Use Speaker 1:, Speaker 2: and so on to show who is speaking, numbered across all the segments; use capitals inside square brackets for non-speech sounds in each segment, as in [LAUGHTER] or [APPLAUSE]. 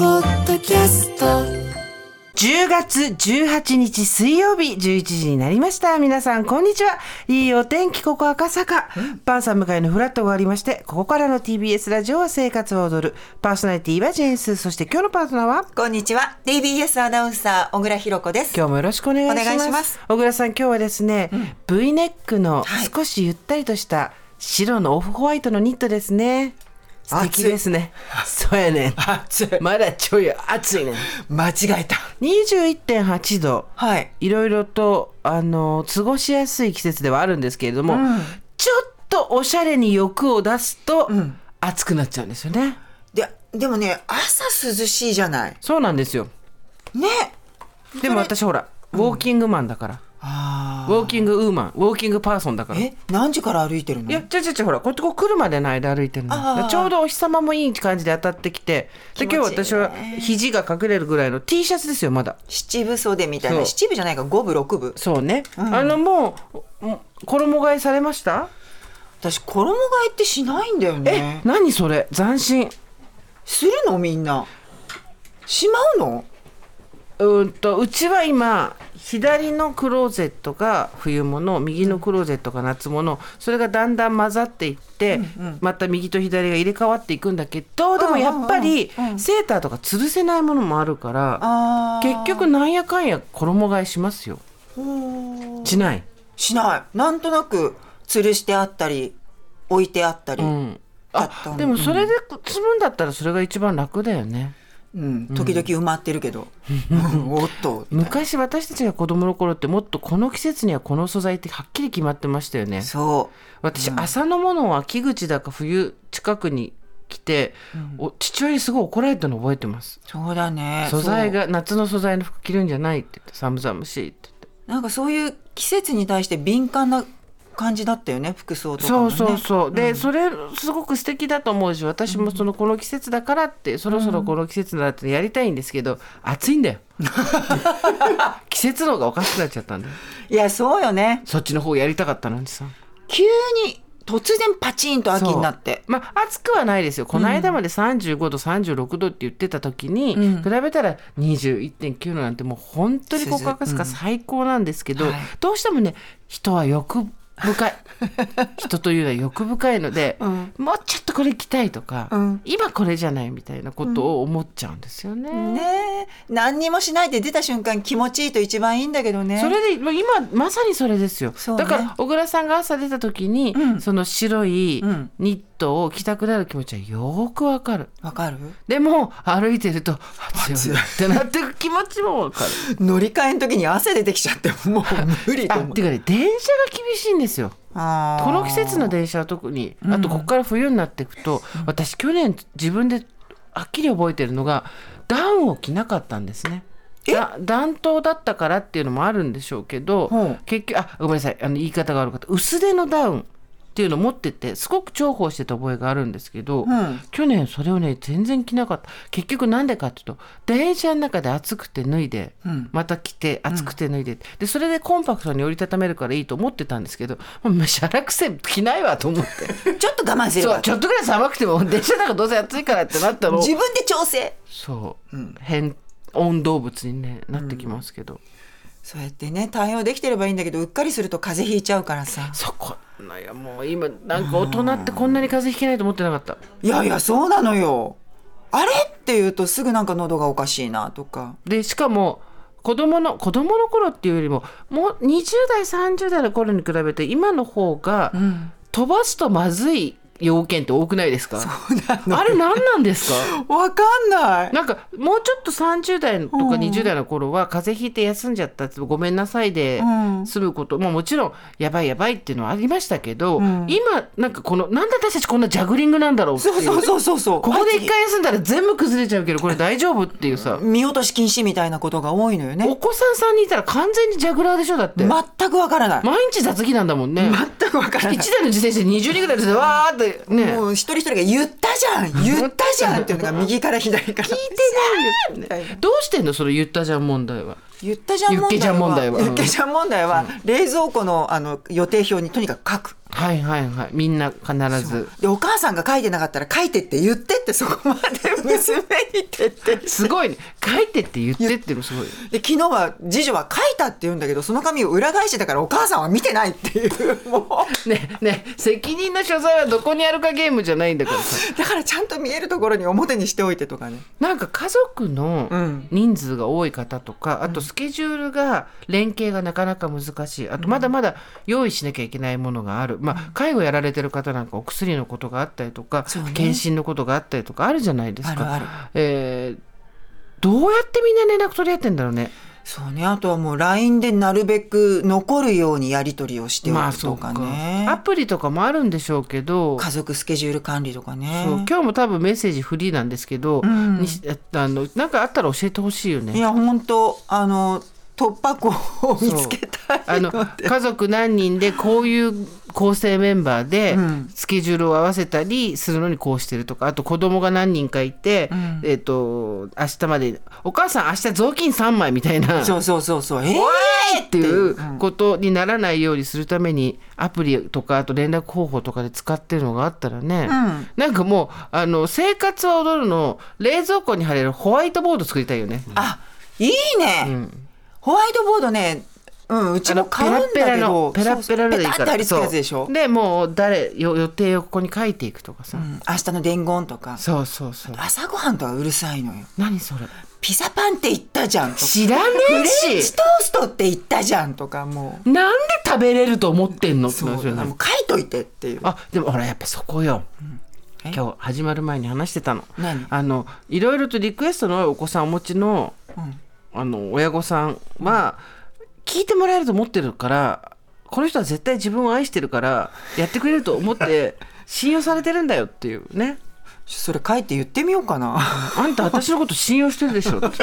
Speaker 1: キャスト
Speaker 2: 10月18日水曜日11時になりました。皆さん、こんにちは。いいお天気、ここ赤坂。パンさん向かいのフラットがありまして、ここからの TBS ラジオは生活を踊る。パーソナリティはジェーンス。そして今日のパートナーは
Speaker 3: こんにちは TBS アナウンサー小倉弘子です
Speaker 2: 今日もよろしくお願いします。
Speaker 3: お願いします
Speaker 2: 小倉さん、今日はですね、V ネックの
Speaker 3: はい
Speaker 2: 少しゆったりとした白のオフホワイトのニットですね。素敵ですね。そうやねん。
Speaker 3: 暑い
Speaker 2: まだちょい暑
Speaker 3: [LAUGHS]
Speaker 2: いねん。
Speaker 3: 間違えた
Speaker 2: 21.8度。
Speaker 3: はい
Speaker 2: いろいろとあの過ごしやすい季節ではあるんですけれども、ちょっとおしゃれに欲を出すと、暑くなっちゃうんですよね
Speaker 3: ででもね朝涼しいじゃない
Speaker 2: そうなんですよ
Speaker 3: ね
Speaker 2: でも私ほらウォーキングマンだから、
Speaker 3: あ
Speaker 2: ウォーキングウーマンウォーキングパーソンだからい
Speaker 3: え何時から歩いてるの
Speaker 2: やちょちょちょほらこうやってこう来るまでの間歩いてる
Speaker 3: あ
Speaker 2: の
Speaker 3: ー
Speaker 2: ちょうどお日様もいい感じで当たってきてで
Speaker 3: 気持
Speaker 2: 今
Speaker 3: ちい
Speaker 2: 日
Speaker 3: いね
Speaker 2: 私は肘が隠れるぐらいの T シャツですよまだ
Speaker 3: 七分袖みたい
Speaker 2: そ
Speaker 3: な
Speaker 2: う
Speaker 3: 七分じゃないか五分六分
Speaker 2: そうね、あのもうもう衣替えされました
Speaker 3: 私衣替えってしないんだよね
Speaker 2: 何それ斬新
Speaker 3: するのみんなしまうの
Speaker 2: うーんとうちは今左のクローゼットが冬物右のクローゼットが夏物それがだんだん混ざっていって、また右と左が入れ替わっていくんだけどでもやっぱりセーターとか吊るせないものもあるから
Speaker 3: あ
Speaker 2: 結局なんやかんや衣替えしますよしない、
Speaker 3: しないなんとなく吊るしてあったり置いてあったり、
Speaker 2: うん、
Speaker 3: だった
Speaker 2: あ
Speaker 3: の
Speaker 2: でもそれで積むんだったらそれが一番楽だよね
Speaker 3: うん、時々埋まってるけ
Speaker 2: [LAUGHS]
Speaker 3: ど、おっとみたいな
Speaker 2: 昔私たちが子供の頃ってもっとこの季節にはこの素材ってはっきり決まってましたよね
Speaker 3: そう
Speaker 2: 私、朝のものは秋口だか冬近くに来て、お父親にすごい怒られたの覚えてます
Speaker 3: そうだね
Speaker 2: 素材が夏の素材の服着るんじゃないって言って寒々しいって言って
Speaker 3: そうなんかそういう季節に対して敏感な感じだったよね服装とか
Speaker 2: そ
Speaker 3: も、
Speaker 2: う
Speaker 3: ね、
Speaker 2: そうそう、でそれすごく素敵だと思うし私もそのこの季節だからってそろそろこの季節だってやりたいんですけど、暑いんだ [LAUGHS] よ季節の方がおかしくなっちゃったんだよ
Speaker 3: いやそうよね
Speaker 2: そっちの方やりたかったのにさ
Speaker 3: 急に突然パチンと秋になって
Speaker 2: まあ暑くはないですよこの間まで35度、36度って言ってた時に、
Speaker 3: うん
Speaker 2: 比べたら21.9度なんてもう本当にここ赤坂最高なんですけど、
Speaker 3: うんはい
Speaker 2: どうしてもね人は欲
Speaker 3: [LAUGHS]
Speaker 2: 深い人というのは欲深いので、
Speaker 3: ん
Speaker 2: もうちょっとこれ着たいとか、
Speaker 3: うん
Speaker 2: 今これじゃないみたいなことを思っちゃうんですよね。
Speaker 3: ねえ何にもしないで出た瞬間気持ちいいと一番いいんだけどね
Speaker 2: それでまあ今まさにそれですよ、
Speaker 3: そうね
Speaker 2: だから小倉さんが朝出た時に、
Speaker 3: うん
Speaker 2: その白い
Speaker 3: うん
Speaker 2: ニットを着たくなる気持ちはよくわかる。
Speaker 3: わかる
Speaker 2: でも歩いてると暑いなってなってく気持ちも
Speaker 3: [LAUGHS]
Speaker 2: わかる。
Speaker 3: 乗り換えの時に汗出てきちゃってもう無理と
Speaker 2: あ [LAUGHS]
Speaker 3: 思う
Speaker 2: てかね電車が厳しいんですよ。
Speaker 3: あー
Speaker 2: この季節の電車は特にあとここから冬になっていくと、私去年自分ではっきり覚えてるのがダウンを着なかったんですね。だ暖冬だったからっていうのもあるんでしょうけど、
Speaker 3: うん
Speaker 2: 結局あごめんなさいあの言い方が悪かった薄手のダウンっていうのを持っててすごく重宝してた覚えがあるんですけど、
Speaker 3: うん
Speaker 2: 去年それをね全然着なかった結局なんでかっていうと電車の中で暑くて脱いで、
Speaker 3: うん
Speaker 2: また着て暑くて脱いで,、でそれでコンパクトに折りたためるからいいと思ってたんですけどもうしゃらくせ着ないわと思って
Speaker 3: [LAUGHS] ちょっと我慢すれ
Speaker 2: そ
Speaker 3: ば
Speaker 2: うちょっとぐらい寒くても電車の中どうせ暑いからってなったの
Speaker 3: 自分で調整
Speaker 2: そう、変温動物に、ね、なってきますけど、
Speaker 3: そうやってね対応できてればいいんだけどうっかりすると風邪ひいちゃうからさ
Speaker 2: そこなんやもう今なんか大人ってこんなに風邪ひけないと思ってなかった。
Speaker 3: いやいやそうなのよあれって言うとすぐなんか喉がおかしいなとか
Speaker 2: でしかも子供の子供の頃っていうよりももう20代30代の頃に比べて今の方が
Speaker 3: [LAUGHS]
Speaker 2: 飛ばすとまずい要件って多くないですか、あれ何なんです
Speaker 3: [LAUGHS]
Speaker 2: か
Speaker 3: わかんない
Speaker 2: なんかもうちょっと30代とか20代の頃は風邪ひいて休んじゃったってごめんなさいで
Speaker 3: うん
Speaker 2: 済むこと、ももちろんやばいやばいっていうのはありましたけど、今なんかこのなんで私たちこんなジャグリングなんだろうっていう
Speaker 3: そうそうそうそうそう
Speaker 2: ここで一
Speaker 3: あ
Speaker 2: 回休んだら全部崩れちゃうけどこれ大丈夫っていうさ
Speaker 3: いつ見落とし禁止みたいなことが多いのよ
Speaker 2: お
Speaker 3: ね
Speaker 2: 子さん3人いたら完全にジャグラーでしょだって、
Speaker 3: 全くわからない
Speaker 2: 毎日雑技なんだもんね
Speaker 3: 全くわから
Speaker 2: 一台の自転車で20人ぐらいでわーってね
Speaker 3: もう一人一人が言ったじゃん言ったじゃんっていうのが右から左から聞い
Speaker 2: 聞いて
Speaker 3: た
Speaker 2: ない
Speaker 3: い
Speaker 2: よ
Speaker 3: な
Speaker 2: どうしてんのその言ったじゃん問題は
Speaker 3: 言ったじゃん問題は
Speaker 2: 言っけじゃん問題は
Speaker 3: 言っけじゃん問題は冷蔵庫のあの予定表にとにかく書く
Speaker 2: はいはいはいみんな必ず
Speaker 3: でお母さんが書いてなかったら書いてって言ってってそこまで娘に言ってって
Speaker 2: すごいね書いてって言ってってもすごい
Speaker 3: [LAUGHS] で昨日は次女は書いたって言うんだけどその紙を裏返してたからお母さんは見てないっていうもう
Speaker 2: ねね責任の所在はどこにあるかゲームじゃないんだからさ
Speaker 3: [LAUGHS] だからちゃんと見えるところに表にしておいてとかね
Speaker 2: なんか家族の
Speaker 3: うん
Speaker 2: 人数が多い方とか、あとスケジュールが連携がなかなか難しいあとまだまだ用意しなきゃいけないものがある、まあ介護やられてる方なんかお薬のことがあったりとか、
Speaker 3: そうね
Speaker 2: 検診のことがあったりとかあるじゃないですか。
Speaker 3: ある
Speaker 2: えーどうやってみんな連絡取り合ってんだろうね。
Speaker 3: そうねあとはもう LINE でなるべく残るようにやり取りをしてお
Speaker 2: まあ
Speaker 3: く
Speaker 2: そ
Speaker 3: と
Speaker 2: う
Speaker 3: か
Speaker 2: か
Speaker 3: ね、
Speaker 2: アプリとかもあるんでしょうけど
Speaker 3: 家族スケジュール管理とかね
Speaker 2: そう今日も多分メッセージフリーなんですけど、
Speaker 3: ん
Speaker 2: にしあのなんかあったら教えてほしいよ
Speaker 3: い
Speaker 2: ね。
Speaker 3: や本当あの突破口を見つけたい [LAUGHS]
Speaker 2: あの家族何人でこういう構成メンバーで
Speaker 3: うん
Speaker 2: スケジュールを合わせたりするのにこうしてるとかあと子供が何人かいて、
Speaker 3: ん
Speaker 2: えっ、と明日までお母さん明日雑巾3枚みたいな
Speaker 3: そうそうそうそうえー
Speaker 2: っていう
Speaker 3: うん
Speaker 2: ことにならないようにするためにアプリとかあと連絡方法とかで使ってるのがあったらね、
Speaker 3: ん
Speaker 2: なんかもうあの生活は踊るの冷蔵庫に貼れるホワイトボード作りたいよね。
Speaker 3: あいいね、ホワイトボードねうんうちも買うん
Speaker 2: ペ
Speaker 3: だ
Speaker 2: ラペ
Speaker 3: け
Speaker 2: ラ
Speaker 3: ど
Speaker 2: のペラペラの
Speaker 3: そうそうペ
Speaker 2: でいい
Speaker 3: タ
Speaker 2: か
Speaker 3: って貼
Speaker 2: ら
Speaker 3: り付くやつでしょ
Speaker 2: そうでもう誰よ予定をここに書いていくとかさ、
Speaker 3: うん明日の伝言とか
Speaker 2: そうそうそう
Speaker 3: 朝ごはんとはうるさいのよ
Speaker 2: 何それ
Speaker 3: ピザパンって言ったじゃんとか
Speaker 2: 知らね
Speaker 3: フレン
Speaker 2: え
Speaker 3: チ
Speaker 2: し
Speaker 3: トーストって言ったじゃんとかもう
Speaker 2: なんで食べれると思ってんのって
Speaker 3: そう
Speaker 2: 話
Speaker 3: も
Speaker 2: よ
Speaker 3: う
Speaker 2: ね
Speaker 3: 書いといてっていう
Speaker 2: あでもほらやっぱそこよ、
Speaker 3: え
Speaker 2: 今日始まる前に話してたの
Speaker 3: 何
Speaker 2: あのいろいろとリクエストの多いお子さんお持ちの,、あの親御さんは、聞いてもらえると思ってるからこの人は絶対自分を愛してるからやってくれると思って
Speaker 3: [LAUGHS]
Speaker 2: 信用されてるんだよっていうね
Speaker 3: それ書いて言ってみようかな
Speaker 2: あんた私のこと信用してるでしょってピ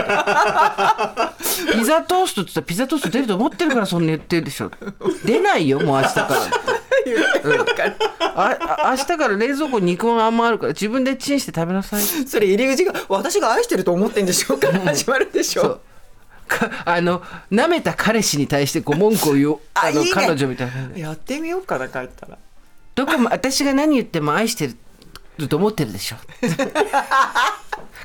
Speaker 2: ザトーストって言ったらピザトースト出ると思ってるからそんな言ってるでしょ出ないよもう明日からああ明日から冷蔵庫に肉まんあんまあるから自分でチンして食べなさ
Speaker 3: [LAUGHS]
Speaker 2: い
Speaker 3: それ入り口が私が愛してると思ってんでしょうから始まるでしょ
Speaker 2: そうかあの舐めた彼氏に対してこう文句を言う
Speaker 3: あ
Speaker 2: あの
Speaker 3: いいね
Speaker 2: 彼女みたいな感じで
Speaker 3: やってみようかな帰ったら
Speaker 2: どこも私が何言っても愛してると思ってる
Speaker 3: [LAUGHS]
Speaker 2: でしょ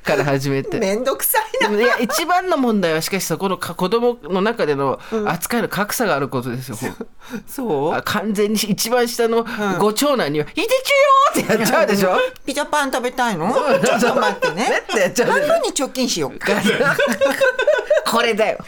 Speaker 2: から始めて
Speaker 3: めんどくさい
Speaker 2: で
Speaker 3: な
Speaker 2: もね、一番の問題はしかしそこのか子供の中での扱いの格差があることですよ、
Speaker 3: そ
Speaker 2: あ完全に一番下のご長男には「いてちゅよ!」ってやっちゃうでしょ
Speaker 3: ピザパン食べたい [LAUGHS] の [LAUGHS] ちょっと待ってね
Speaker 2: ってやっちゃうでしょ
Speaker 3: 半分に貯金しようか
Speaker 2: これだよ